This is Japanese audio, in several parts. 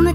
ム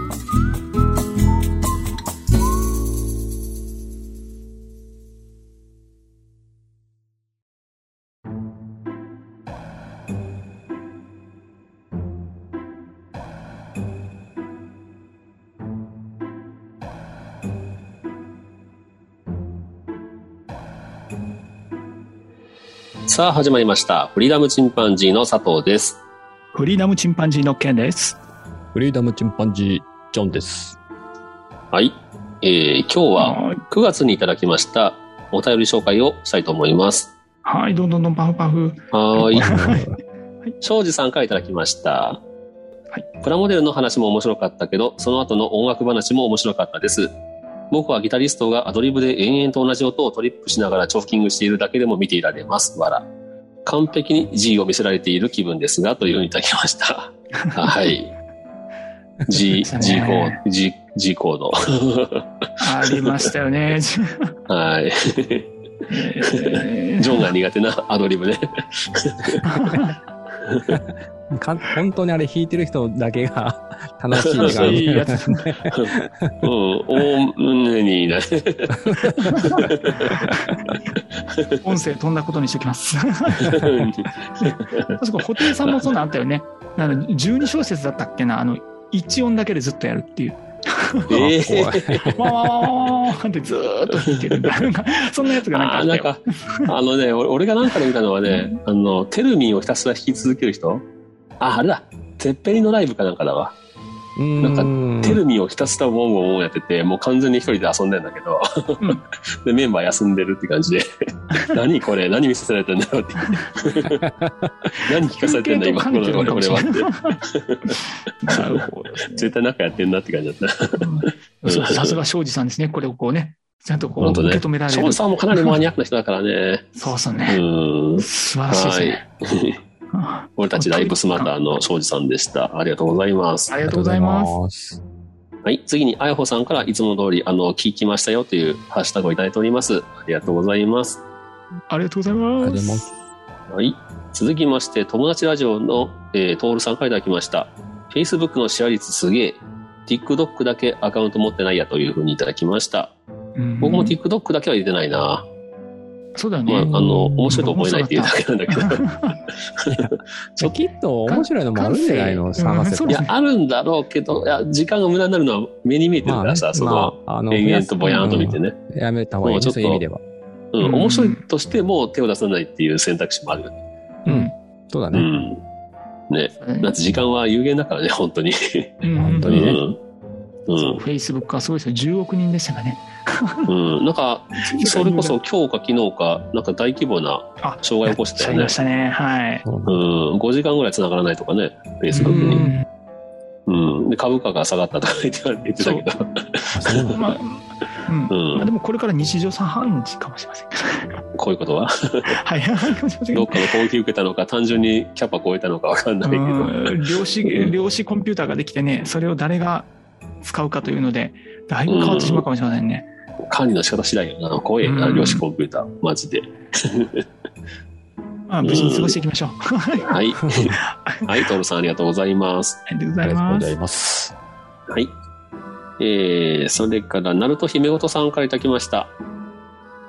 さあ始まりました。フリーダムチンパンジーの佐藤です。フリーダムチンパンジーの件です。フリーダムチンパンジー、ジョンです。はい。えー、今日ははい9月にいただきましたお便り紹介をしたいと思います。はい、どんどんどんパフパフ。はーい。は庄司さんからいただきました。はいプラモデルの話も面白かったけど、その後の音楽話も面白かったです。僕はギタリストがアドリブで延々と同じ音をトリップしながらチョッキングしているだけでも見ていられます。わら。完璧に G を見せられている気分ですが、というふうにいただきま した。はい。G、G コード、G、G コード。ありました よね。はい。えージョンが苦手なアドリブね。い、か本当にあれ弾いてる人だけが 楽しいそういいやつ。うん、おおむねに ね。音声飛んだことにしておきます。確か布袋さんもそんなんあったよね。あの12小節だったっけな、あの、一音だけでずっとやるっていう。ええ怖いわーわーわーわーわーってずーっと弾いてる。なんかそんなやつがなんかああーっなんたよ。か、あのね、俺俺がなんかで見たのはね、あの、テルミンをひたすら弾き続ける人あ、あれだ。てっぺりのライブかなんかだわ。うーなんかんテルミンをひたすらウォンウォンウォンやってて、もう完全に一人で遊んでんだけど、うん で、メンバー休んでるって感じ で、何これ、何見せられてんだろうって。何聞かされてんだ、今、こ関係れ、とこ兼ねてるのれ、かこもれしはれないって。なるほどですね。絶対なんかやってんなって感じだった。うんそうさすが庄司さんですね。これをこうね、ちゃんとこ本当うね受け止められショーる。ンそさんもかなりマニアックな人だからね。うそううね。ん。素晴らしいですね。はい。あ俺たちライブスマターの庄司さんでした。ありがとうございます。りがとうございます。す。はい。次に、あやほさんからいつも通り、あの、聞きましたよというハッシュタグをいただいております。ありがとうございます。ありがとうございありま。がとうございますす。はい。続きまして、友達ラジオの、えー、トールさんからいただきました。Facebook のシェア率すげえ。TikTok だけアカウント持ってないやというふうにいただきました。うん僕も TikTok だけは入れてないな。そうだよまあ、あね。の、面白いと思えないっていうだけなんだけど。ちょきっと面白いのもあるんじゃないの探せうんそうば。 いですや、あるんだろうけど、いや、時間が無駄になるのは目に見えてるからさ、その、あ、あの延々とぼやーんと見て。ね。うんやめた方がいいね、もうちょっそとういう意味では。うん、うん面白いとしても手を出さないっていう選択肢もあるよね。うん。そうだうね。ん。ね、なんて時間は有限だからね、本当に。本う当んにね。う。そうん Facebook はすごいですよ。10億人でしたかね。うん。なんか、それこそ今日か昨日か、なんか大規模なあ障害を起こしてたやっちゃよいねまし。たね。はい。そううだん。5時間ぐらい繋がらないとかね、フェイスブックうに。んうん。で、株価が下がったとか言って言ってたけど。あそうなんだまあ、うん。うんまあでもこれから日常茶飯事かもしれません。 こういうことは。はい。はいかもしれませんどっかの攻撃受けたのか、単純にキャパ超えたのかわかんないけど。うん量子、量子コンピューターができてね、それを誰が使うかというので、だいぶ変わってしまうかもしれませんね。管理の仕方次第よな。怖えな、うん量子コンピューター。マジで。まあ、無事に過ごしていきましょう。 はい。はい。はい、トールさんありがとうございます。ありがとうごあざりいがとうまござす。います。はい。えー、それから、ナルト姫ごとさんからいただきました。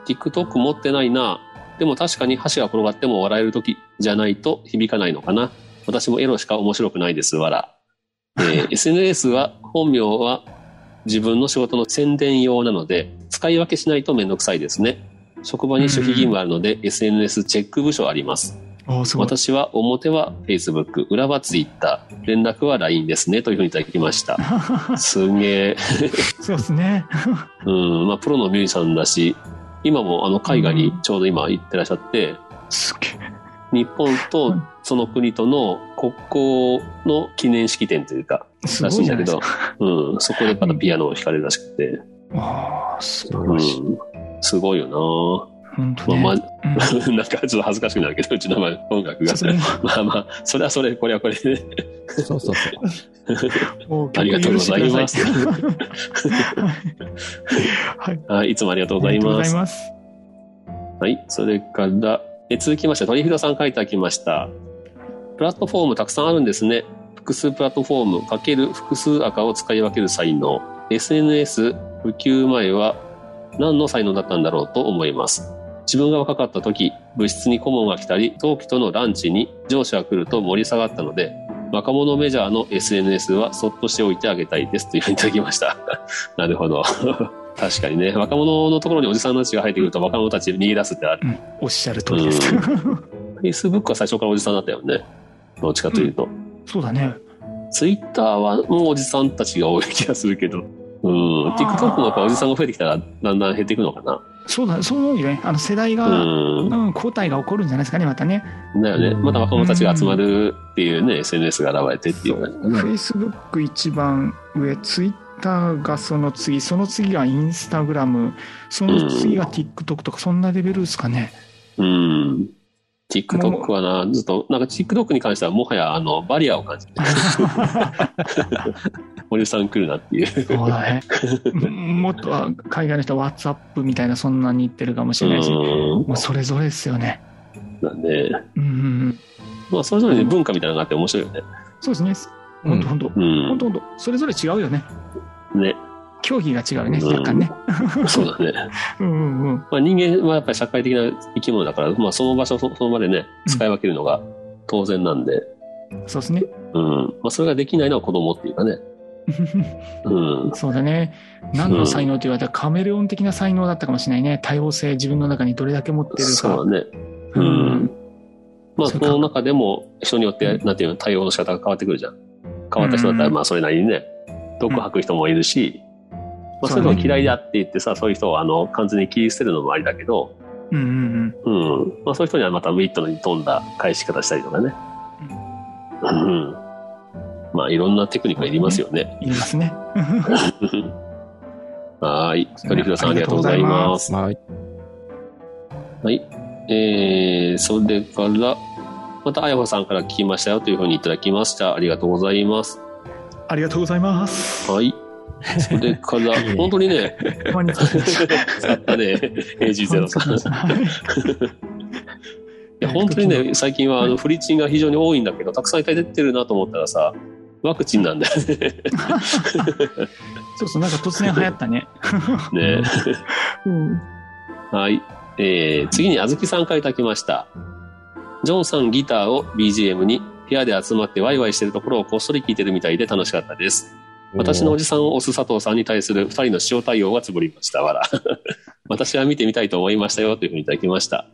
TikTok 持ってないな。でも確かに箸が転がっても笑える時じゃないと響かないのかな。私もエロしか面白くないです、わら。えー SNS は、本名は自分の仕事の宣伝用なので、使い分けしないとめんどくさいですね。職場に守秘義務あるので、SNS チェック部署あります。おーすごい。私は表は Facebook、裏は Twitter、連絡は LINE ですね、というふうにいただきました。 すげえ。そうですね。うん、まあ、プロのミュージシャンだし、今もあの海外にちょうど今行ってらっしゃって、すっげえ。日本とうんその国との国交の記念式典というか、すらしごいいんだじゃなけいですどか。、うん、そこでまたピアノを弾かれるらしくて、ああ、すうごんい。、すごいよ本当なね。まあ、ま うんあ、なんかちょっと恥ずかしくなるけど、うちの音楽がそう。そう まあまあ、それはそれ、これはこれで、そうそうそう。もう ありがとうございます 曲許してくださいはい。はい、いつもありがとうごあざいりがとうごまざいす。ます。はい。それから、え続きまして、鳥広さんからいただきました。プラットフォームたくさんあるんですね。複数プラットフォーム×複数赤を使い分ける才能。SNS 普及前は何の才能だったんだろうと思います。自分が若かった時、部室に顧問が来たり、同期とのランチに上司が来ると盛り下がったので、若者メジャーの SNS はそっとしておいてあげたいですというふうにいただきました。 なるほど。確かにね、若者のところにおじさんたちが入ってくると若者たち逃げ出すってある。うん、おっしゃる通りですけど Facebook は最初からおじさんだったよね。どっちかというと。 そうだね Twitter はもうおじさんたちが多い気がするけど。うん。あー TikTok もやっぱおじさんが増えてきたらだんだん減っていくのかな。そうだそう思うよねあの世代が、ううん、交代が起こるんじゃないですかねまたねん。だよね。また若者たちが集まるっていうね、SNS が現れてっていう感じかな。 Facebook 一番上 Twitter がその次その次が Instagram その次が TikTok とかそんなレベルですかねうん。TikTok はな、ずっと、なんか TikTok に関してはもはや、あの、バリアを感じ て。おじさん来るなっていう。そうだねもっとは海外の人は WhatsApp みたいなそんなに言ってるかもしれないし、うんもうそれぞれですよねだね。うんうんうんまあ、それぞれに文化みたいなのがあって面白いよね。そうですね本当本当うん本。当本当それぞれ違うよね ね。競技が違うねうん若干ねそうだね。うんうんうんまあ、人間はやっぱり社会的な生き物だから、まあ、その場所そその場でねうん使い分けるのが当然なんで、そうですね うんまあ、それができないのは子供っていうかね、うん、そうだね何の才能と言われたらカメレオン的な才能だったかもしれないね多様性自分の中にどれだけ持ってるかそうだね、ううんんまあ、そそうかの中でも人によってなんていうの対応の仕方が変わってくるじゃん変わった人だったらうんまあそれなりにね毒吐く人もいるし、まあ、そそういうねうのを嫌いだって言ってさそういう人をあの完全に切り捨てるのもありだけど、うんうんうんまあ、そういう人にはまたウィットに富んだ返し方したりとかね、うん、まあいろんなテクニックがいりますよねうんいますねはーい。すね鳥倉さん、ありがとうございます。はい。はい。えー、それから、また、あやほさんから聞きましたよというふうにいただきました。ありがとうございます。ありがとうございますはい。それから いえいえ、本当にね、たまに使ってます使った ね、AG0 さ ん。いはいや、本当にね、最近は、あの、フリチンが非常に多いんだけど、たくさんいただいてるなと思ったらさ、ワクチンなんだよそうそうなんか突然流行ったねね。ね うんはい。えー次にあずきさんからいただきました。ジョンさんギターを BGM に部屋で集まってワイワイしてるところをこっそり聞いてるみたいで楽しかったです。私のおじさんを推す佐藤さんに対する二人の塩対応がつぶりました。わら。 私は見てみたいと思いましたよというふうにいただきました。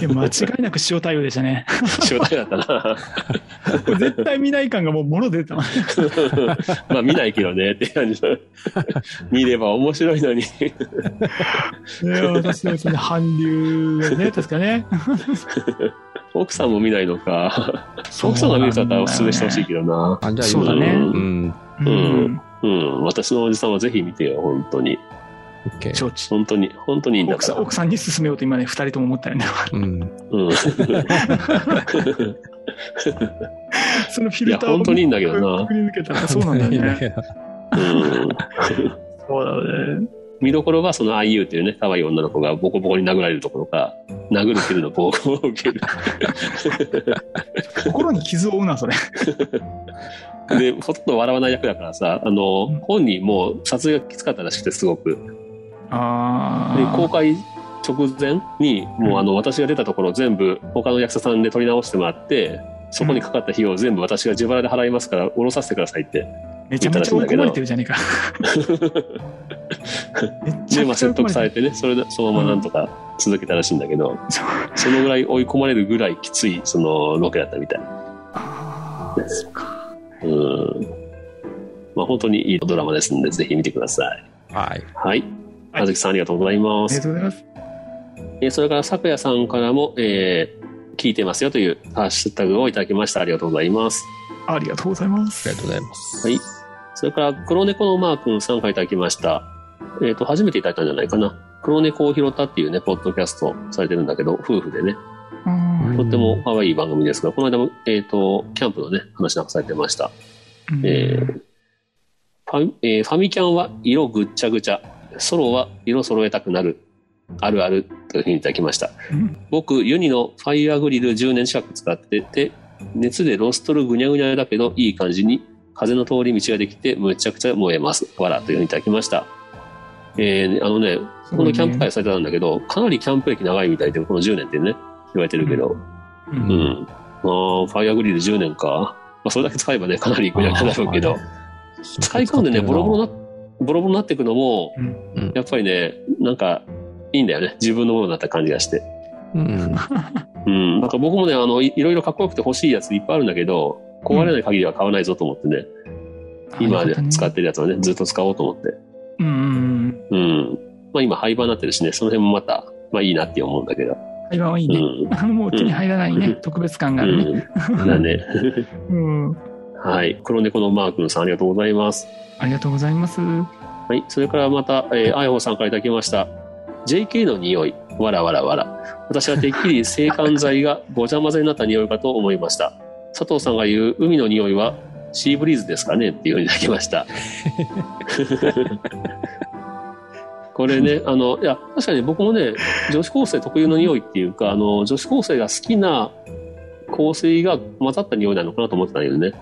いや間違いなく塩対応でし たね塩対応だったな。 これ絶対見ない感がもうもろ出てたまあ見ないけどねって感じの。見れば面白いのに。いや私のその韓流ですね確かね奥さんも見ないのか。奥さんが見る人だったらおすすめしてほしいけどな。あ、じゃあ、そうだねうん。うん、うん、うん、私のおじさんはぜひ見てよ、本当に。オッケー。承知本当に、本当にいいんだ奥かさんら。奥さんに勧めようと今ね2人とも思 ったよねうん。うん。そのフィいや、ルターを本当にいいんだけどなく。ぐり抜けたらそうなんだよ ねうん。そうだよね見どころはその IU っていうね、可愛い女の子がボコボコに殴られるところか、殴る蹴るの暴行を受ける。心に傷を負うなそれで、ほとんど笑わない役だからさ、あの、うん本人もう撮影がきつかったらしくて、すごく。で、あ公開直前に、もうあの、私が出たところ全部、他の役者さんで撮り直してもらって、そこにかかった費用を全部私が自腹で払いますから、下ろさせてくださいって。めちゃめちゃ追い込まれてるじゃ ねえかめっちで、まあ、ゃめち説ゃ追い込ま得れさてれるてね、それで、そのままなんとか続けたらしいんだけど、そうそのぐらい追い込まれるぐらいきつい、その、ロケだったみたい。あーそうかうん。まあ、本当にいいドラマですんで、ぜひ見てください。はい。はい。はいあずきさん、ありがとうございまありすが。とうございますえーそれから、さくやさんからも、えー聞いてますよというハッシュタグをいただきました。ありがとうございます。ありがとうございまあすりがとうございます。はい。それから、黒猫のマー君さんからいただきました。えっ、と、初めていただいたんじゃないかな。黒猫を拾ったっていうね、ポッドキャストされてるんだけど、夫婦でね、うんとっても可愛い番組ですが、この間も、えっ、と、キャンプのね、話なんかされてました。えーファミえーファミキャンは色ぐっちゃぐちゃ、ソロは色揃えたくなる。あるあるというふうにいただきました。うん僕、ユニのファイアグリル10年近く使ってて、熱でローストルぐにゃぐにゃだけど、いい感じに風の通り道ができて、むちゃくちゃ燃えます。わらというふうにいただきました。えーあのね、このキャンプ会されてたんだけど、かなりキャンプ歴長いみたいで、この10年ってね、言われてるけど、ううん。んあーファイアグリル10年か。まあ、それだけ使えばね、かなりぐにゃぐにゃだろうけど、使い込んでね、ボロボロな、ボロボロになっていくのも、うんうんやっぱりね、なんか、いいんだよね。自分のものになった感じがして。うん。うん、なんか僕もねあのいいろいろかっこよくて欲しいやついっぱいあるんだけど壊れない限りは買わないぞと思ってね、今で使っ。てるやつはねずっと使おうと思って、うんうんうんまあ、今廃盤になってるしねその辺もまた、まあ、いいなって思うんだけど、うん。台湾はいいうね。んあのもう手に入らないね、うん特別感がうあるね。ん、 だねうん、はい黒猫のマー君さんありがとうございます、ありがとうございます。はい、それからまた、えー、アイホさんからいただきました JK の匂いわらわらわら私はてっきり制汗剤 がごちゃ混ぜになった匂いかと思いました佐藤さんが言う海の匂いはシーブリーズですかねっていうふうにいただきま したこれね、あの、いや、確かに僕もね、女子高生特有の匂いっていうか、あの、女子高生が好きな香水が混ざった匂いなのかなと思ってたんだけどね。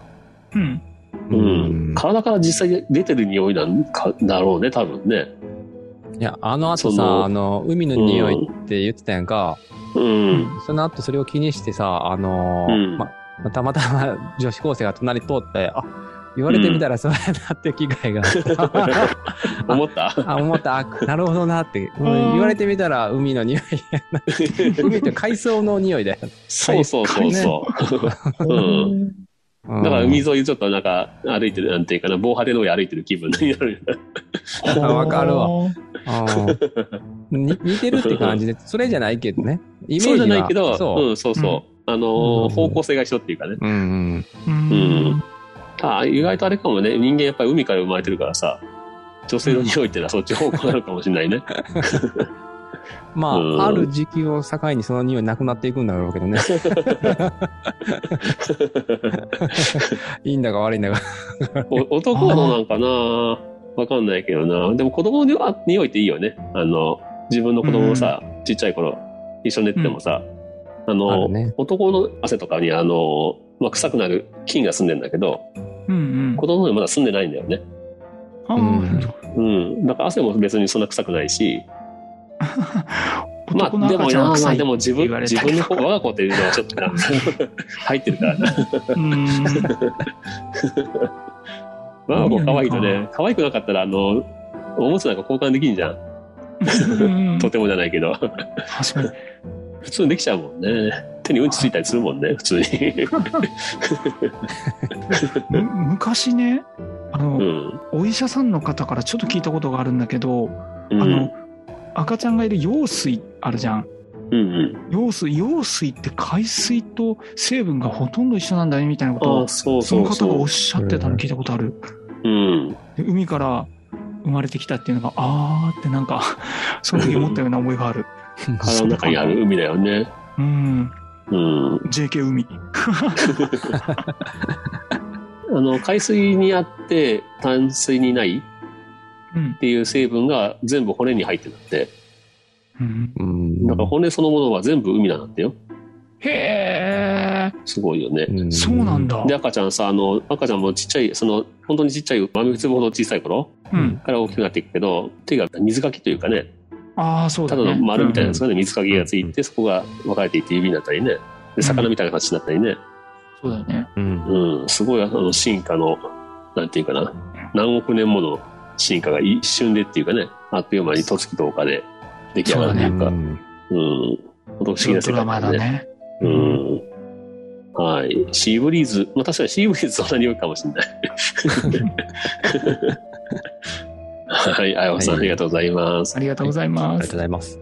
うん、うん。体から実際出てる匂いなんかだろうね、多分ね。いや、あの後そのさ、あの、海の匂いって言ってたやんか、うん。その後それを気にしてさ、あのーうんま、またまたま 女子高生が隣通って、あ、言われてみたらそうやなって機会があった。 思ったあ、思った。あ、なるほどなって。うんうん言われてみたら海の匂いやな。海って海藻の匂いだよ。そうそうそうそう。うん。うんだから海沿いちょっとなんか歩いてる、なんていうかな、防波堤の上歩いてる気分になる。あわかるわほー。うんに似てるって 感じで、それじゃないけどね。イメージそはうじゃないけど、そう。うん、そうそう。あのうー、ん方向性が一緒っていうかね。うんうん。うんうんああ意外とあれかもね人間やっぱり海から生まれてるからさ女性の匂いってのはそっち方向なのかもしれないねまあ、うんある時期を境にその匂いなくなっていくんだろうけ どね。いいんだか悪いんだか。お男はどうなんかなわかんないけどなでも子供のあ匂いっていいよねあの自分の子供もさ、ちっちゃい頃一緒に寝ててもさ、ああのるね男の汗とかにあの、まあ、臭くなる菌が住んでんだけどうん子供のにまだ住んでないんだよねあーうんだから汗も別にそんな臭くないしま男あのでも赤ちゃんなはま臭あいでも自分言われ自たけ分どの子我が子っていうのはちょっと な入ってるからなうん我が子可愛いとね可愛くなかったらあのおむつなんか交換できんじゃんう んとてもじゃないけど確かに普通にできちゃうもんね手にうんちついたりするもんね普 通にむ昔ねあの、うん、お医者さんの方からちょっと聞いたことがあるんだけど、うん、あの赤ちゃんがいる羊水あるじゃんうんうん羊水羊水って海水と成分がほとんど一緒なんだねみたいなことあをあそうそそのう方がおそっしゃってたの聞いたことあるううんで海から生まれてきたっていうのがあーってなんか その時思ったような思いがある体の中にある海だよねうんうん JK 海あの海水にあって淡水にないうんっていう成分が全部骨に入ってるんだってうんうん。だから骨そのものは全部海なんだってよへえすごいよねうんそうなんだで赤ちゃんさあの赤ちゃんもちっちゃいその本当にちっちゃい豆粒ほど小さい頃うんから大きくなっていくけど手が水かきというかねああそうただだねの丸みたいなうんですかね、水かきがついてそこが分かれていって指になったりねで魚みたいな形になったりね、そうだよねうん。うんすごいあの進化のなんていうかな何億年もの進化が一瞬でっていうかねあっという間に十月10日で出来上がるというかううん本当不思議な世ド界ラマだねうんはい、シーブリーズ、まあ、確かにシーブリーズそんな匂いかもしれ ない。はい、あやさん、はいありがとうございますあ。りがとうございありまがとうすございます。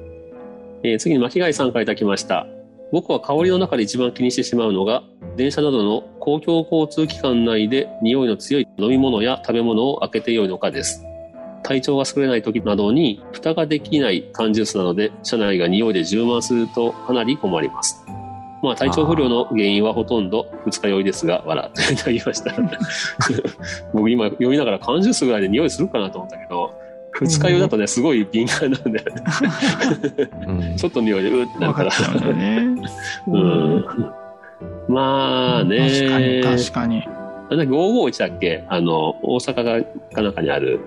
えー次に巻貝さんからいただきました。僕は香りの中で一番気にしてしまうのが、電車などの公共交通機関内で匂いの強い飲み物や食べ物を開けてよいのかです。体調が優れない時などに、蓋ができない缶ジュースなので、車内が匂いで充満するとかなり困ります。まあ、体調不良の原因はほとんど二日酔いですが、笑ってい ただきました。僕今読みながら缶ジュースぐらいで匂いするかなと思ったけど、二日酔いだとね、すごい敏感なんで、うんちょっと匂いでうってな分るかかっら。ちゃうんだよね。 うん。まあね、確かに、確なんだっけ、551だっけあの、大阪かなんかにある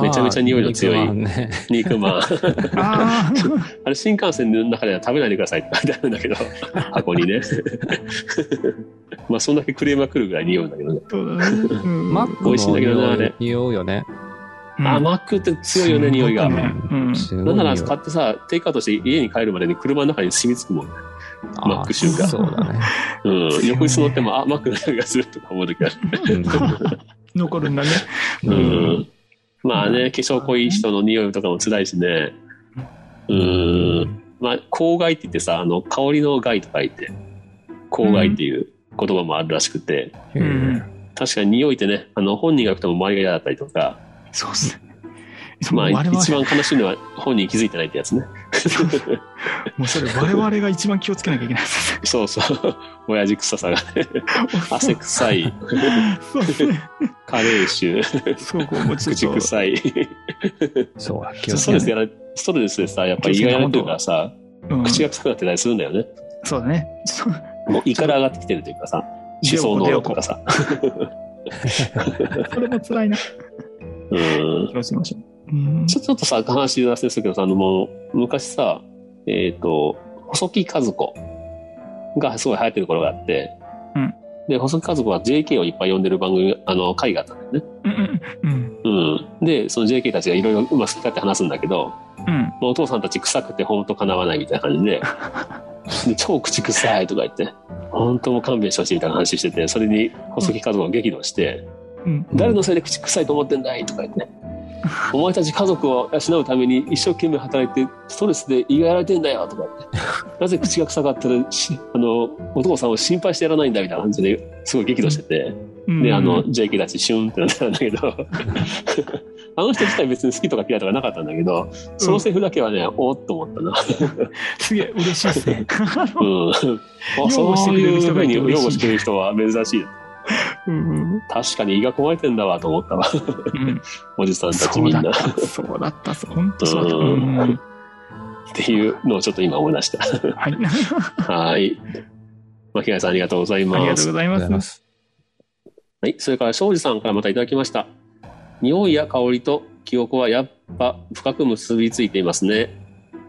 めちゃめちゃ匂いの強いあー肉まんね肉まん。かに。あ あれ、新幹線の中では食べないでくださいって書いてあるんだけど、箱にね。まあ、そんだけクレームが来るぐらい匂うんだけどね。あ、そうだね。うんマック美味しいんだけどなあの匂れい匂うよね。あ、マックって強いよね、匂いが。うん うんすごいなんなら匂い買ってさ、テイクアウトして家に帰るまでに車の中に染みつくもん。うん。マック臭があーそうだね。翌日乗っても、あ、マックの匂いがするとか思う時ある。残るんだね。ううんん。まあね、化粧濃い人の匂いとかも辛いしね。うん。まあ、香害って言ってさ、あの、香りの害と書いて、香害っていう言葉もあるらしくて、ううんん、確かに匂いってね、あの、本人が良くても周りが嫌だったりとか、そうっすね。まあ、我々一番悲しいのは本人気づいてないってやつね。もうそれ我々が一番気をつけなきゃいけないですね。そうそう。親父臭さが ね、汗臭い、そうですね。加齢臭、そうこうもうちょっ口と臭い。そうだ、気をスつトけレなスいやらストレスでさ、やっぱり胃がやられてるからさ、うん口が臭くなってたりするんだよね。そうだね。そうもう胃から上がってきてるというかさ、思想能力とかさ。それも辛いな。うん気をつけましょう。うんちょちょっとさ、話出せするけどさ、あのもう昔さ、えっ、と、細木和子がすごい流行ってる頃があって、うんで、細木和子は JK をいっぱい呼んでる番組、あの、会があったんだよね。うんうんうん。で、その JK たちがいろいろうまく使って話すんだけど、うんお父さんたち臭くて本当かなわないみたいな感じ で、で超口臭いとか言って、本当もう勘弁してほしいみたいな話してて、それに細木和子が激怒して、うん誰のせいで口臭いと思ってんだいとか言って、ね、お前たち家族を養うために一生懸命働いてストレスで胃がやられてんだよとか言 って、なぜ口が臭かったらしあのお父さんを心配してやらないんだみたいな感じですごい激怒してて、うん。で、あの、JK たちシュンってなってたんだ けど、あの人自体別に好きとか嫌いとかなかったんだけど、そのセリフだけはね、おーっと思ったな。すげえ嬉しいですね。うん。あ、擁護そうしてくれいるう人ふがういにて嬉しい擁護してくれる人は珍しい。うんうん確かに胃が壊れてんだわと思ったわ。うんおじさんたちそうみんだっ。な。ったそうだった。本当そうだった。ううんんうんていうのをちょっと今思い出した。 はい。はい。まあ、平井さんありがとうございありがまとうすご。ざいありがとうございまます。す。はい。それから庄司さんからまたいただきました。匂いや香りと記憶はやっぱ深く結びついていますね。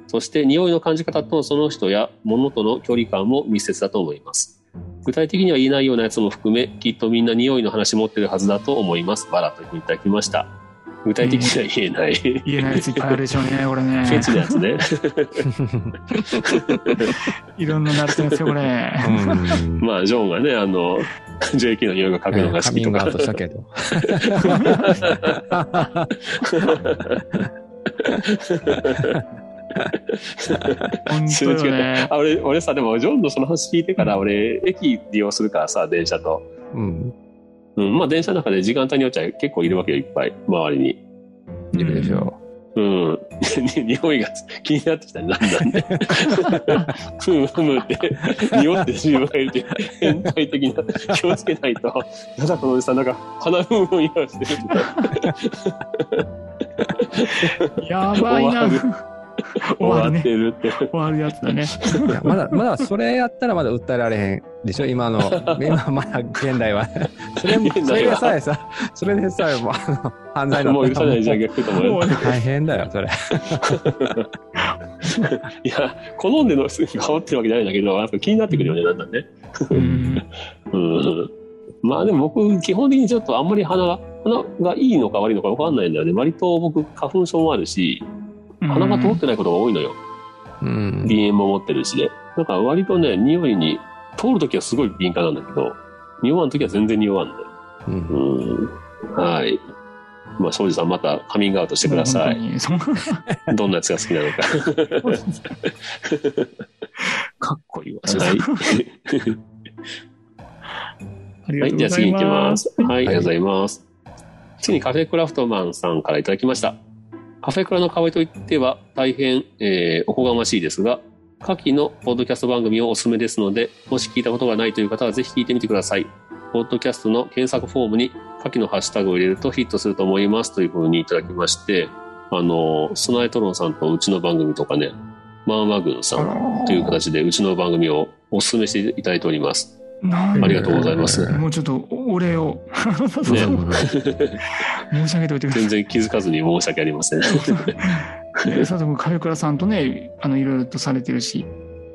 そして匂いの感じ方とその人や物との距離感も密接だと思います。具体的には言えないようなやつも含め、きっとみんな匂いの話持ってるはずだと思います。バラというふうにいただきました。具体的には言えない。言えないやついっぱいあるでしょうね、こ れね。ケチなやつね。いろんななるとですよ、これ。うんまあ、ジョンがね、あの、JK の匂いが書くのが好カきミとングアかウト。したけど。すれ違っ本当よねた。。あ俺、俺さ、でも、ジョンのその話聞いてから、俺、駅利用するからさ、電車と。うん。うん、まあ、電車の中で時間帯によっちゃ結構いるわけよ、いっぱい、周りに。いるでしょうん。 匂いが気になってきたね、だんだんね。ふむふむって、匂って自分がいるって、変態的な、気をつけないと、やだ、このおじさん、なんか、鼻ふむふむ言わしてる。やばいな。終終終わわるっね。てるって。終わるやつだね。う。いや、まだ、まだ、それやったらまだ訴えられへんでしょ今の、今、まだ現代は。それも、現代はそれでさえさ、それでさえも、あの、犯罪の。もう許さないじゃん、逆と思うよもうね大変だよ、それ。いや、好んでのすぐ変わってるわけじゃないんだけど、やっぱ気になってくるよね、だんだんね。ううんん。まあでも僕、基本的にちょっとあんまり鼻が、鼻がいいのか悪いのか分かんないんだよね。割と僕、花粉症もあるし、鼻が通ってないことが多いのよ。うん。鼻炎も持ってるしで。だから割とね、匂いに、通るときはすごい敏感なんだけど、匂わんときは全然匂わんで。うんうん。はい。まあ、庄司さんまたカミングアウトしてください。もう本当にそんどんなやつが好きなのか。かっこいいわ。はい。ありはがい、とうじゃあ次ござい行きま。ますす。はい、ありがとうございます。次にカフェクラフトマンさんからいただきました。カフェクラの香りといっては大変、えーおこがましいですが、下記のポッドキャスト番組をおすすめですので、もし聞いたことがないという方はぜひ聞いてみてください。ポッドキャストの検索フォームに下記のハッシュタグを入れるとヒットすると思いますというふうにいただきまして、あの、スナイトロンさんとうちの番組とかね、マンワグンさあんらという形でうちの番組をお勧めしていただいております。なんありでがとうございます。もうちょっとお礼をね申し上げておいてください全然気づかずに申し訳ありま せん。ね佐藤君亀倉さんとねあのいろいろとされてるし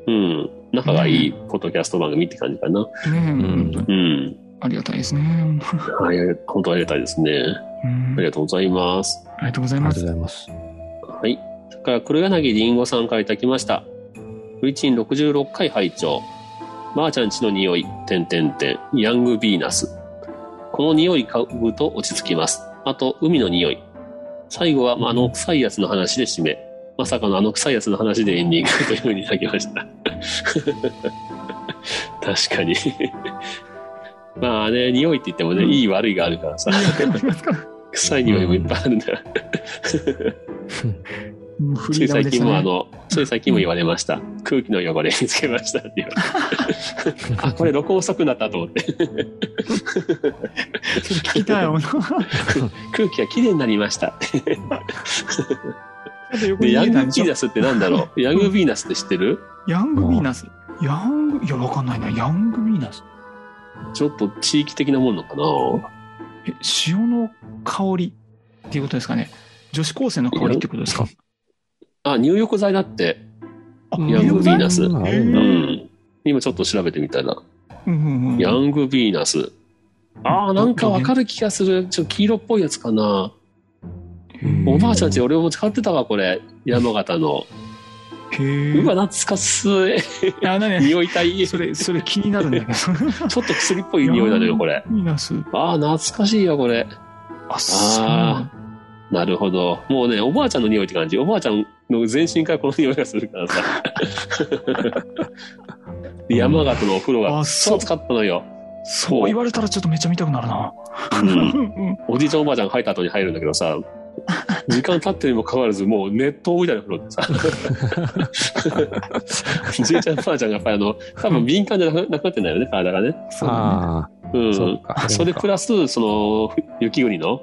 うん。仲がいいポッドキャスト番組って感じかな。ね、ん本当にうん。ありがたいですね、はい、本当ありがたいですね。うんありがとうございます。ありがとうございりがまとうすございます。はい。それから黒柳りんごさんからいただきました。フリチン66回拝聴。ばあちゃんちの匂い、てんてんてん、ヤングビーナス。この匂い嗅ぐと落ち着きます。あと、海の匂い。最後は、まああの臭いやつの話で締め。まさかのあの臭いやつの話でエンディングというふうにいただきました。 確かに。 まあね、匂いって言ってもね、いい悪いがあるからさ、 臭い匂いもいっぱいあるんだようんフつリいーダム最でし近たもあねの、つい最近も言われました。空気の汚れ見つけましたって 言われてあ、これ録音遅くなったと思って。ちょっと聞きたいものちょっ空気がきれいになりました。と横で、にヤ見えンたグビんでしょーナスってなんだろうヤングビーナスって知ってるヤングビーナスヤングいやわかんないなヤングビーナスちょっと地域的なもんなのかえ潮の香りっていうことですかね女子高生の香りってことですかなあ、入浴剤だって。あヤングビーナスうんうへん。今ちょっと調べてみたら。うんうんうんヤングビーナス。ああ、なんかわかる気がする。ちょっと黄色っぽいやつかな。へおばあちゃんち俺も使ってたわ、これ。山形の。へえうわ、懐かし い。あ何匂いたい。それそれ気になるん だけどちょっと薬っぽい匂いなのよ、これ。ビーナスああ、懐かしいよ、これ。あそうなんだなるほど。もうね、おばあちゃんの匂いって感じ。おばあちゃんの全身からこの匂いがするからさ。で山形のお風呂が、あそそうう使ったのよ。そう言われたらちょっとめっちゃ見たくなるな。うんうんおじいちゃんおばあちゃん入った後に入るんだけどさ、時間経ってるにもかかわらず、もう熱湯みたいな風呂でさ。じいちゃんおばあちゃんがやっぱりあの、多分敏感じゃなくなくなってんだよね、体がね。そうだねあうあ、ん。そうか。それプラス、その、雪国の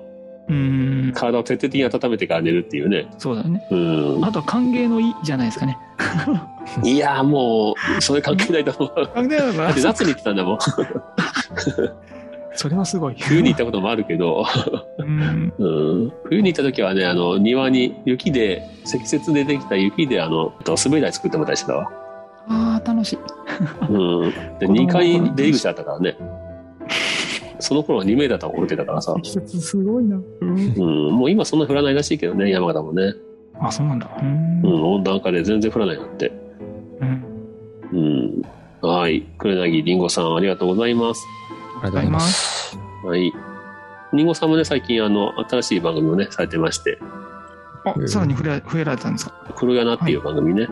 うん、体を徹底的に温めてから寝るっていうね。そうだね。うん。あとは歓迎の意じゃないですかね。いやーもう、それ関係ないと思 う。歓迎だかだって夏に行ってたんだもん。それはすごい。冬に行ったこともあるけど、うん、うん、冬に行った時はね、あの、庭に雪で、積雪でできた雪で、あの、あと滑り台作ってもらったりしてたわ。ああ、楽しい。うん。で、子供2の頃階出入り口だったからね。その頃は2メーターとか降りてたからさ。季節すごいな。うん、うん、もう今そんな降らないらしいけどね、山形もね。あ、そうなんだ。うう。んん、温暖化で全然降らないなんて。うん。うん。はい。黒柳りんごさん、ありがとうございます。ありがとうございます。はい。りんごさんもね、最近、あの、新しい番組をね、されてまして。あ、さらに増え増えられたんですか。黒柳っていう番組ね。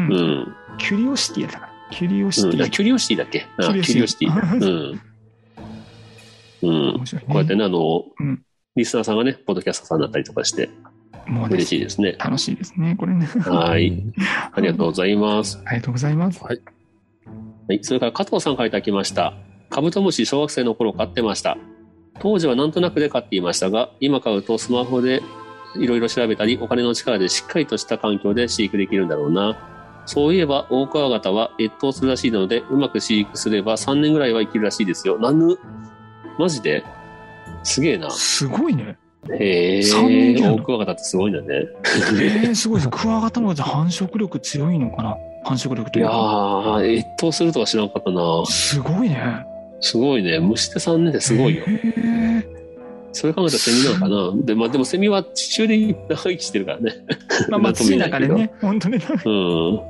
うん。うんん。キュリオシティやったかな。キュリオシテいやィ。キュリオシティだっけあキキュリオシティュリオシティだ。 うん。うん。面白いね。こうやってね、あの、うんリスナーさんがね、ポッドキャスターさんだったりとかして、もうね嬉しいですね。楽しいですね。これね。はうい。ん。ありがとうございます。ありがとうございます。はい。それから加藤さんからいただきました。カブトムシ小学生の頃飼ってました。当時はなんとなくで飼っていましたが、今買うとスマホでいろいろ調べたり、お金の力でしっかりとした環境で飼育できるんだろうな。そういえば、オオクワガタは越冬するらしいので、うまく飼育すれば3年ぐらいは生きるらしいですよ。なぬ。マジですげえな。すごいね。へ三年生きえ、るのオオクワガタってすごいんだね。えー、すごいです。クワガタの方が繁殖力強いのかな。繁殖力といいうやか。ー、越冬するとは知らんかったな。すごいね。すごいね。虫って3年ってすごいよへ。ーそれ考えたらセミなのか な。で、まあ、でもセミは地中で長生きしてるからね。まあ、まあ、土の中でなんね、本当にう長ん。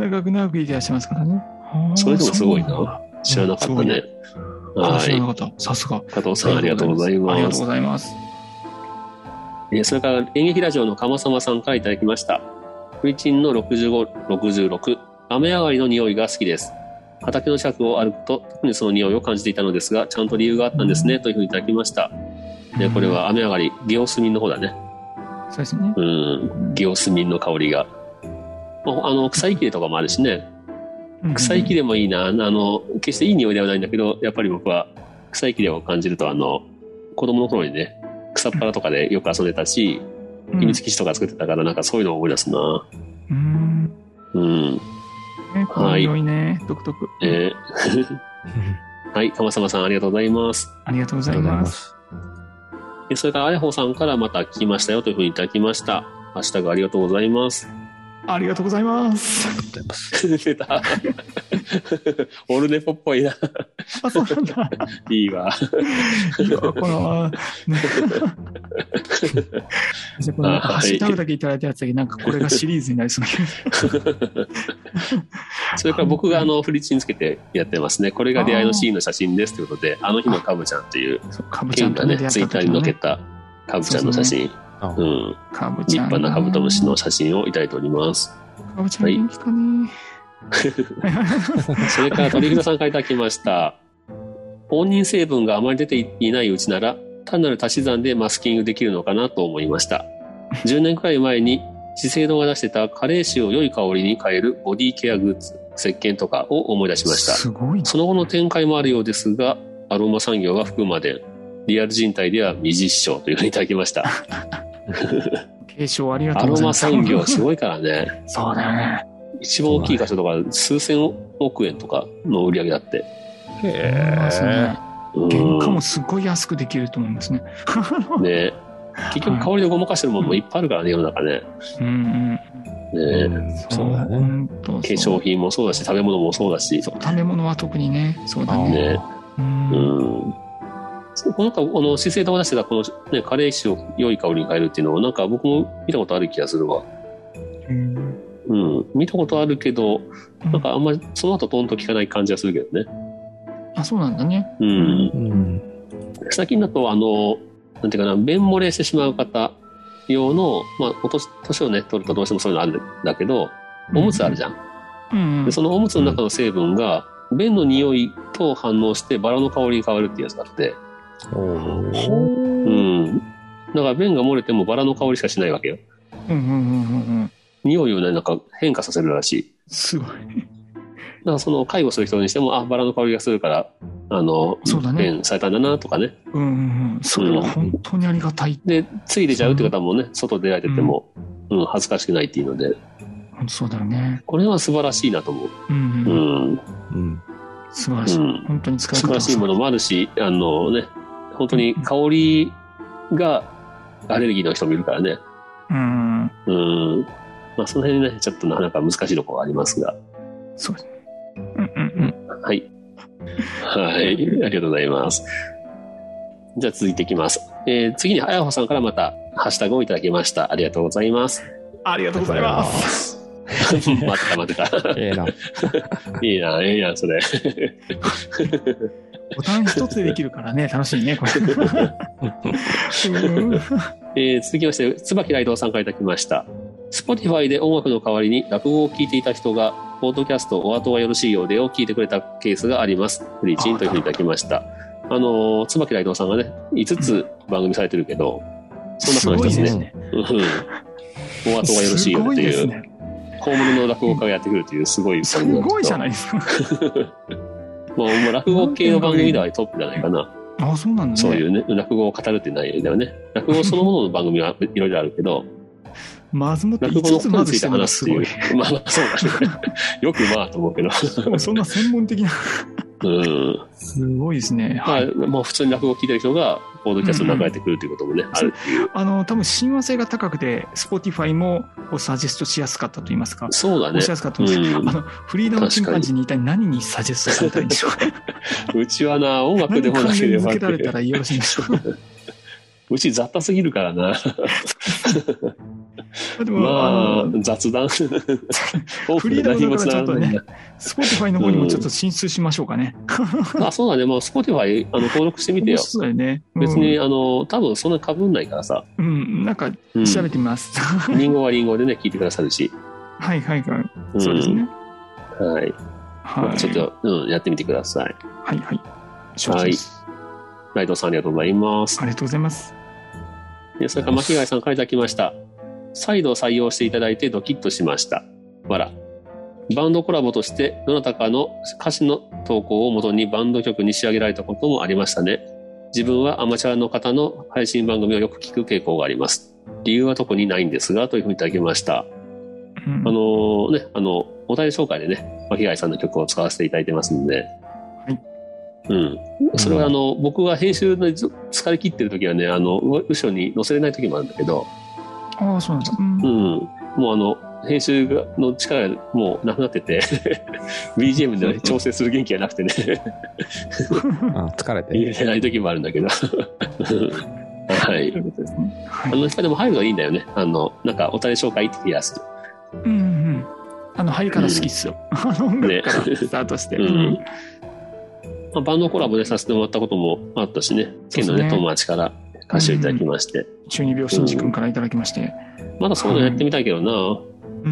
長く長く生きてらっしゃいますからね。はあそれでもすごいなそうなんだ知らなかったね。あは。知らないかった。さすが。加藤さん、ありがとうございありがまとうすご。ざいます。えーそれから演劇ラジオの鎌様さんからいただきました。フリチンの65、66。雨上がりの匂いが好きです。畑の近くを歩くと特にその匂いを感じていたのですが、ちゃんと理由があったんですね、というふうにいただきました。で、これは雨上がり、ゲオスミンの方だね。うん。そうですね。うん、ゲオスミンの香りが。まああの、草いきれとかもあるしね。草いきで。れもいいな。あの、決していい匂いではないんだけど、やっぱり僕は草いきれを感じると、あの、子供の頃にね、草っぱらとかでよく遊んでたし、うん秘密基地とか作ってたから、なんかそういうのを思い出すな。うん。うん。ね、はい良いね、独特。えーはい、かまさまさんありがとうございます。ありがとうござありがとういま。ございますす。えそれから、あやほさんからまた聞きましたよというふうにいただきました。ハッシュタグありがとうございます。 ありがとうございます。出た。 オルネポっぽいな。あ、 そうな んだ。いいわ。いいわこの、 ねじゃあこのあはいハッシュタグだけいただいたやつだけ、なんかこれがシリーズにな りそうな気がする。それから僕があの、フリッチにつけてやってますね。これが出会いのシーンの写真ですということで、あの日のカブちゃんっていう、そうかぶちケゃインんがとねね出、ツ会イっッターに載っけたカた時のね。ブちゃんの写真。あうん。かぶ立ちゃん。派なカブトムシの。写真をいただいております。かぶちゃん元気かね。それから鳥広さんからいただきま した。本人成分があまり出ていないうちなら、単なる足し算でマスキングできるのかなと思いました。10年くらい前に、資生堂が出してた加齢臭を良い香りに変えるボディケアグッズ、石鹸とかを思い出しました。すごいな。その後の展開もあるようですが、アロマ産業が含まで、リアル人体では未実証というふうにいただきました。継承ありがとアうごロざいマます。産業すごいから ね。そうだよね。一番大きい箇所とか、数千億円とかの売り上げだって。へあそうねえ。うん原価もすごい安くできると思いますね。ね結局香りでごまかしてるものもいっぱいあるからね、世の中ね。うんねうん。そうだね本当化粧品もそうだし、食べ物もそうだし。そう食べ物は特にね、そうだね。ねうんうん。そうこのなんか、この資生堂が出してた、このね、カレー石を良い香りに変えるっていうのを、なんか僕も見たことある気がするわ。うんうん。見たことあるけど、うんなんかあんまりその後トンと聞かない感じがするけどね。あ、そうなんだね。うん。うん。最近だと、あの、なんていうかな、便漏れしてしまう方用の、まあ、お年年をね、取るとどうしてもそういうのあるんだけど、おむつあるじゃん。うん。でそのおむつの中の成分が、便の匂いと反応してバラの香りに変わるっていうやつがあって、うん。だから便が漏れてもバラの香りしかしないわけよ。うんうんうんうんうん。匂いをね、なんか変化させるらしい。すごい。だからその介護する人にしても、あ、バラの香りがするから、あの、そうだね便されたんだなとかね。うんうんうん。それは本当にありがたい。で、ついでちゃうって方もね、外出られてても、うん、恥ずかしくないっていうので、本当そうだよね。これは素晴らしいなと思う。うんううん。ん。うん。素晴らうしい。ん。本当に使い素方晴らがしいものもあるし、あのね、本当に香りがアレルギーの人もいるからね。うん。うん。まあ、その辺ね、ちょっとなかなか難しいところはありますが。そうですね。うんうんはい。はい。ありがとうございます。じゃあ続いていきます。えー次に、あやほさんからまた、ハッシュタグをいただきました。ありがとうございます。 うん。ありがとうございます。待ってた、待ってた。ええな。いいな、いいな、それ。ボタン一つでできるからね、楽しい ね、これ。 うんえー続きまして、椿雷道さんからいただきました。Spotify で音楽の代わりに落語を聴いていた人が、ポートキャスト、お後がよろしいようでを聞いてくれたケースがあります。フリーチンというふうにいただきました。あのー、椿雷道さんがね、5つ番組されてるけど、そすんなご人いですでねす。ね。うんお後がよろしいすよごっいてでいすう、ね。大物の落語家がやってくるという、すごいすごいじゃないいですか。まあ、もう落語系の番組ではトップじゃないかな。あ、そうなんだね。そういうね、落語を語るっていう内容だよね。落語そのものの番組はいろいろあるけど、まずもって落語5のつ本まにつずいしててるのが話すすっていごうい。。 まあまあそうだね。よくまあと思うけど。でもそんな専門的な。うん。 すごいですね。まあ、まあ普通に落語を聞いてる人が、ポードキャストの中でやってくるということもね、あるっていう。あの、多分親和性が高くて、Spotify もこうサジェストしやすかったと言いますか。そうだ押ねし。やすかったと思いますうんあの、フリーダムチンパンジーに一体何にサジェストされたいんでしょうか。うちはな、音楽 何でにも関なけ連れ付ばけ。られたらよろしいんでしょうか。うち雑多すぎるからな。 でも、まああ、の、雑 談。フリーダムだからちょっと何にも繋がらねないんだ、 Spotify の方にもちょっと進出しましょうかね。あ、そうだね。まあ、Spotify、あの、登録してみてよ面。白いね。うん別に、あの、多分そんな被んないからさ。うん、なんかうん。調べてみます。 リンゴはリンゴでね、聞いてくださるし。はいはいはい。んそうですね。はい。はい。ちょっと、うん、やってみてください。はいはい。承知ですライトさんありがとうございますあ。りがとうございます。でそれから巻貝さんからいただきました。再度採用していただいてドキッとしました。わら。バンドコラボとして、どなたかの歌詞の投稿をもとにバンド曲に仕上げられたこともありましたね。自分はアマチュアの方の配信番組をよく聞く傾向があります。理由は特にないんですが、というふうにいただきました。うんあのね、あの、お便り紹介でね、巻貝さんの曲を使わせていただいてますんで。いうん。それはあの、僕は編集でず疲れ切ってる時はね、あの、う後ろに載せれない時もあるんだけど、ああ、そうなんですか。ううんん。もうあの、編集がの力がもうなくなってて、BGM で調整する元気がなくてね、うん疲れて入る。れれない時もあるんだけど。 はいとい。うことですね。はあい。の、でも入るのいいんだよね。あの、なんかお便り紹介って気がす うんうん。あの、入り方好きっすよ。あの、音る。楽ね。スタートして。ううんん。まあ、バンドコラボでさせてもらったこともあったしね、県のそうでね、すね友達から歌詞をいただきまして、中二病新次君からいただきまして。まだそういうのやってみたいけどな、うんうんう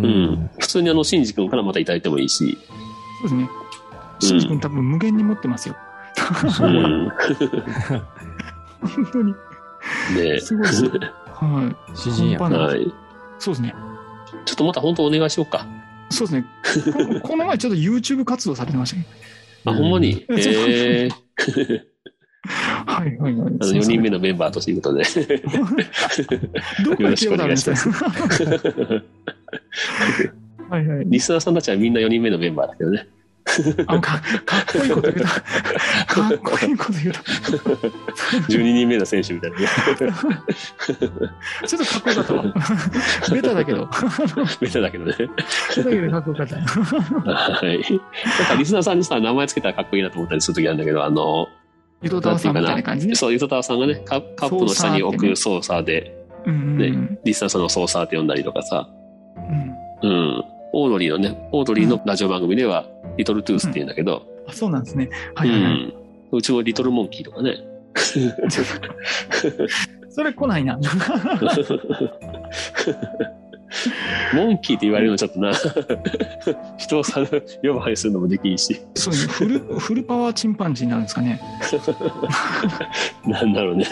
ん。うん、普通にあの、しんじ君からまたいただいてもいいし、そうですね。新次君多分無限に持ってますよ。うん、本当に。で、すごいですね。はい。詩人や本。番はい。そうですね。ちょっとまた本当お願いしようか。そうですね。ここの前ちょっと YouTube 活動されてましたね。あ、ほんまに。うんええはいはいはあのい。4人目のメンバーという ことで。どこ行けばだろうみたいな。 はいはい。リスナーさんたちはみんな4人目のメンバーだけど ね。あかかっこいいこと言うた。かっこいいこと言うた。 12人目の選手みたいなね。 ちょっとかっこよかったわ。ベタだけど。ベタだけどね。ベタだけどかっこよかった。はい。なんかリスナーさんにさ、名前つけたらかっこいいなと思ったりするときあるんだけど、あの、ゆとたわさんみたいな感じね。そう、ゆとたわさんがね、カカップの下に置くソーサーで、うんうんうんリスナーさんのソーサーって呼んだりとかさ、うん。うん。オードリーのね、オードリーのラジオ番組では、リトルトゥースって言うんだけど、あそうなんですね。うはいはいはい。ん。うちもリトルモンキーとかね。それ来ないな。モンキーって言われるのちょっとな、 人をさ呼ばわりするのもできんし、そうですね。フル、フルパワーチンパンジーなんですかね。なんだろうね。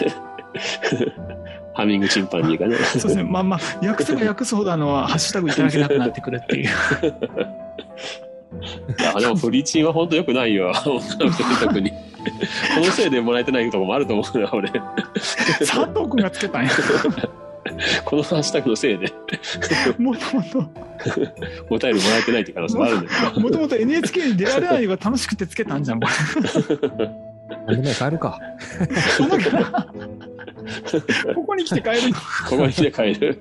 ハミングチンパンジーがね。そうですね。まあまあ、訳せば訳すほどあの、ハッシュタグいただけなくなってくるっていう。いやでもフリチンは本当良くないよ。女の子に特 に。このせいでもらえてないとこもあると思うな、俺。こ佐藤君がつけたんや。のハッシュタグのせいでもともと、お便りもらえてないって可能性もあるんだ けど。もともと NHK に出られないのが楽しくてつけたんじゃん、これ。あごめん帰るか。このここに来て帰るの。ここに来て帰る。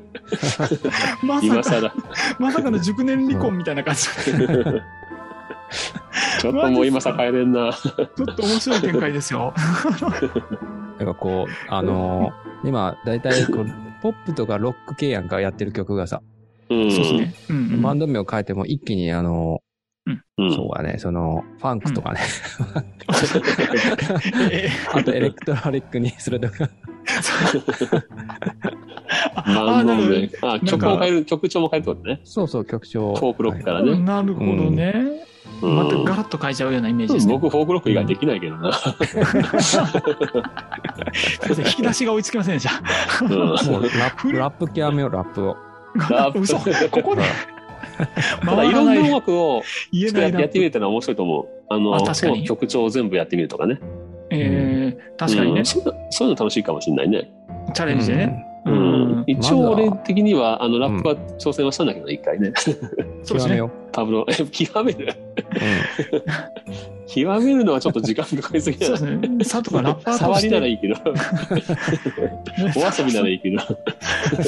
ま今さか、更。まさかの熟年離婚みたいな感じ。ちょっともう今更帰れんな。ちょっと面白い展開ですよ。なんかこう、あのー、今、だいたいこう、ポップとかロック系やんかやってる曲がさ、うん。そうですね。うんうん。バンド名を変えても一気にあのうー、ん。そうだね、その、ファンクとかね、ええあとエレクトロニックにするとか、バンド名。あ、ど曲を変える、曲調も変えるってことね。そうそう、曲調。フォークロックかはいらね。なるほどね。うんまたガラッと変えちゃうようなイメージですね。僕、フォークロック以外できないけどな。先生引き出しが追いつきませんでした。うんもうラップ、ラップ極めよう、ラップを。ラップ嘘。ここでただ、回いらろんなない音楽を言えちょっとなやいっなて。やってみるってのは面白いと思う。あの、あ確かにもう曲調を全部やってみるとかね。えー、確かにうねん、そういうのそういうの楽しいかもしれないね。チャレンジでね。うんうん一応俺的には、あの、ラんップは挑戦はしたんだけど、一回ね。 そうで極すめねよ。パブロ、え極めるう。極めるのはちょっと時間かかりすぎそうだですね。佐藤がラッパーと触しりならて。いいけ ど、お遊びならいいけど。そう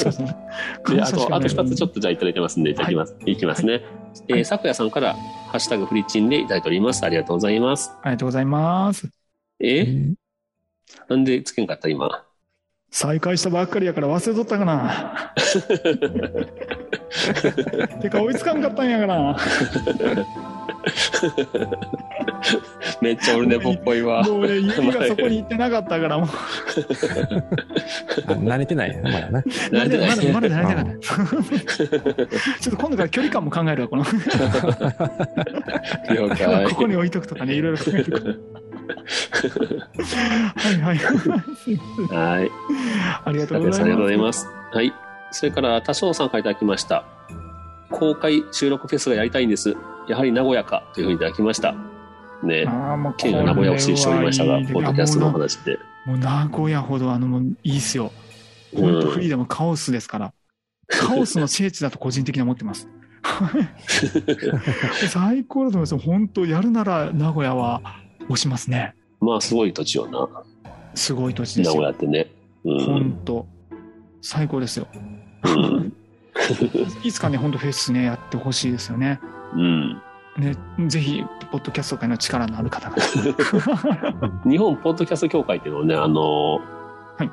ですね。であと、あと2つちょっっとじゃあいただいてますんで、いただきます。い、きますね。えはー、いさくやさんから、ハッシュタグフリチンでいただいております。ありがとうございます。と。ありがとうございます。えん。なんでつけんかった今。再開したばっかりやから忘れとった かな。てか追いつかんかったんやから。めっちゃ俺ネポっぽいわ。もう俺指がそこに行ってなかった からもう。あ慣れてないよ、まだな。慣れて ないまだまだ慣れて なかった。ちょっと今度から距離感も考えるわこの。了解。ここに置いとくとかねいろいろ考えるからはいはい。はい。ありがとあうりがございます。とうございます。はい。それから、多少さんからいただきました。公開収録フェスがやりたいんです。やはり名古屋かというふうにいただきました。ね、ああ、もうこ県れが名古屋を推奨しましたが、はいいポッドキャストいのやもう話で。もう名古屋ほどあのもういいっすよ。う本当フんリーダムカオスですから。カオスの聖地だと個人的には思っ てます。最高だと思います。本当やるなら名古屋は押しますね。まあ、すごい土地よな、すごい土地で名す古屋よ。ってね。うん。本当最高ですよ。うん。いつかね、本当フェスね、やってほしいですよね。うんね、ぜひ、ポッドキャスト界の力のある 方が。日本ポッドキャスト協会っていうのをね、あの、い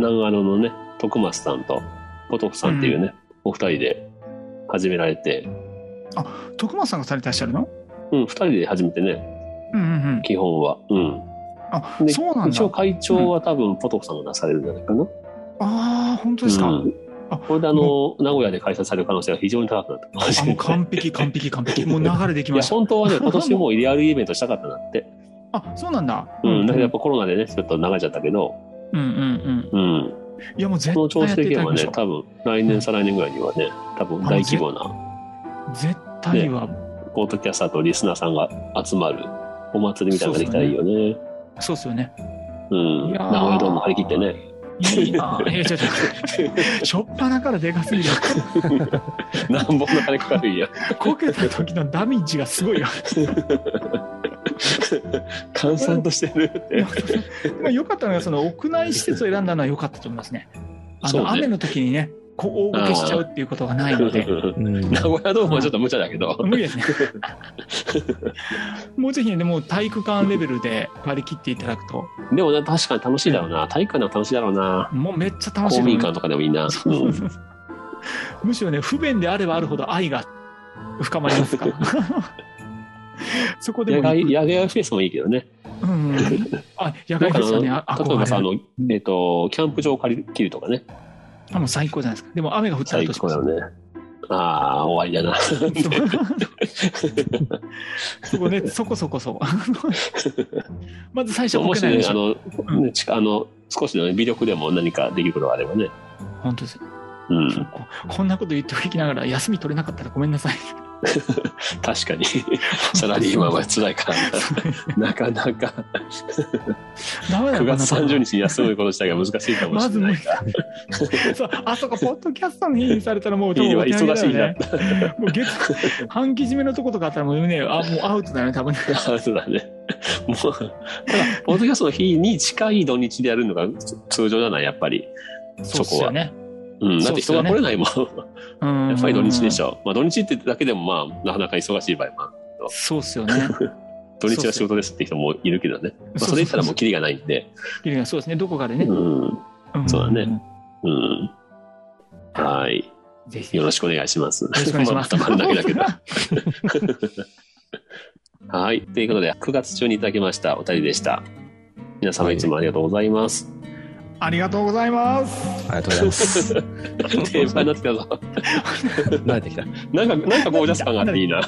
長野のね、徳松さんとポトフさんっていうね、お二人で始められて、徳松さんがされてらっしゃるのうん、二人で始めてね、うんうんうん。基本は。うん。あ、でそうなん一だ応。会長は多分ポトフさんが出されるんじゃないかな。ああ、本当ですか。うんあこれであの、名古屋で開催される可能性が非常に高くなったかもしあれもうない。完璧、完璧、完璧。もう流れでいきまや、した。本当はね、今年もリアルイベントしたかったなって。あ、そうなんだ。うん。だけどやっうぱコロナでね、ちょっと流れちゃったけど、んうんうん。うん。いや、もう絶その調対や子ってでいいけばただきまね、しょう。多分来年、再来年ぐらいにはね、多分大規模な絶対は、ポートキャスターとリスナーさんが集まるお祭りみたいなのができたらいいよね。そうっすよね。うん。いやー名古屋ドーム張り切ってね。 いいな。いや、ちょっと、しょっぱなからでかすぎる。なんぼの金かかるんや。こけた時のダメージがすご いよ。換算としてるって。まあ、良かったのが、その屋内施設を選んだのは良かったと思いますね。あそうの、ね雨の時にね、こう、大ごけしちゃうっていうことがないので。 うん名古屋ドームはちょっと無茶だけど。無理ですね。もうぜひね、でもう体育館レベルで割り切っていただくと、でもな確かに楽しいだろうな。体育館でも楽しいだろうな。もうめっちゃ楽し公いと民思います館とかでもいいな。そううそうんそうそうむしろね、不便であればあるほど愛が深まりますから。そこで野も外、行く、野外フェスもいいけどね。うんうん、あ野なん外かあですよの、ね、例えあば憧さ、あれるの、えっと、キャンプ場を借り切るとかね。あもう最高じゃないですか。でも雨が降ったら最どうし高まだすよね。ああ、終わりだな。そこね、そこそこそこ。まず最初はも国し内ねで、しあょ。の、ねちあの、少しの微力でも何かできることがあればね。本当ですう。そうんこんなこと言っておきながら、休み取れなかったらごめんなさい。確 かに。サラリーマンは辛いから。なかなか、ダメだ9月よこんな30こ日に休むこと自体が難しいかともましずれ無な理いから。だそうあそこ、ポッドキャストの日にされたらもう、いいわ多分お手上げだよ忙ねもう月、半期締めのとことかあったらもうね、あ、もうアウトだね、多分ね。 そうだね。もう、ただ、ポッドキャストの日に近い土日でやるのが通常じゃない、やっぱり。そうそっすこよは。ね。うん、だって人が来れないもん。うんやっぱり土日でしょ。まあ土日ってだけでもまあ、なかなか忙しい場合もある。そうっすよね。土日は仕事ですって人もいるけどね。まあそれ言ったらもうキリがないんで。いやそうですね、どこかでねう。ん。んそうだね。うん。はい。ぜひ。よろししくお願いします。よよろしくお願いします。まあ、まとまるだけだけど。はい。ということで、9月中にいただきましたお二人でした。皆様いつもありがとうございます。ありがとうございます。ありがとうございます。定番になってきたぞ。慣れてきた。なんか、なんかゴージャス感があっていいな。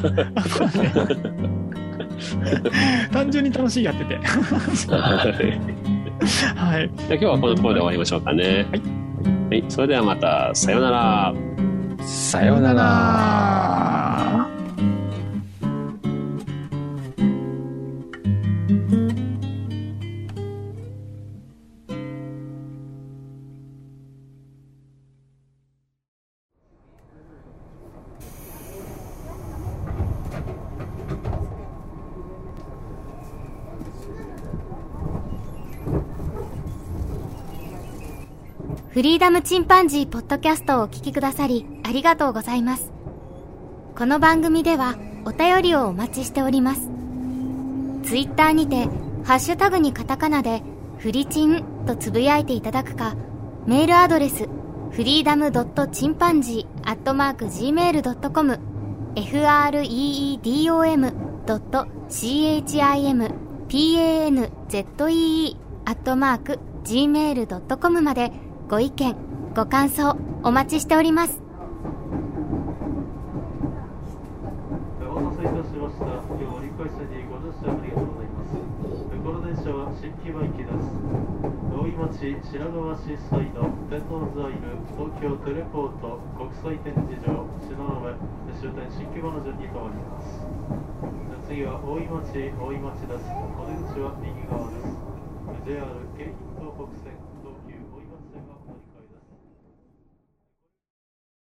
単純に楽しいやってて。はい。はい。じゃあ今日はこのところで終わりましょうかね。はい。それではまた、さようなら。さようなら。あーフリーダムチンパンジーポッドキャストをお聞きくださりありがとうございます。この番組ではお便りをお待ちしております。ツイッターにて、ハッシュタグにカタカナで、フリチンとつぶやいていただくか、メールアドレス、フリーダムドットチンパンジーアットマーク Gmail.com、freedom ドット chimpanzee アットマーク Gmail.com までご意見、ご感想お待ちしております。お待たせいたしました。今日折り返しにご乗車ありがとうございます。この電車は新木場行きです。大井町白川市西の天王座いる東京テレポート国際展示場、篠上、終点新木場の順に停まります。次は大井町大井町です。お出口は右側です。JR 京浜東北線、東急大井町線がお乗り換え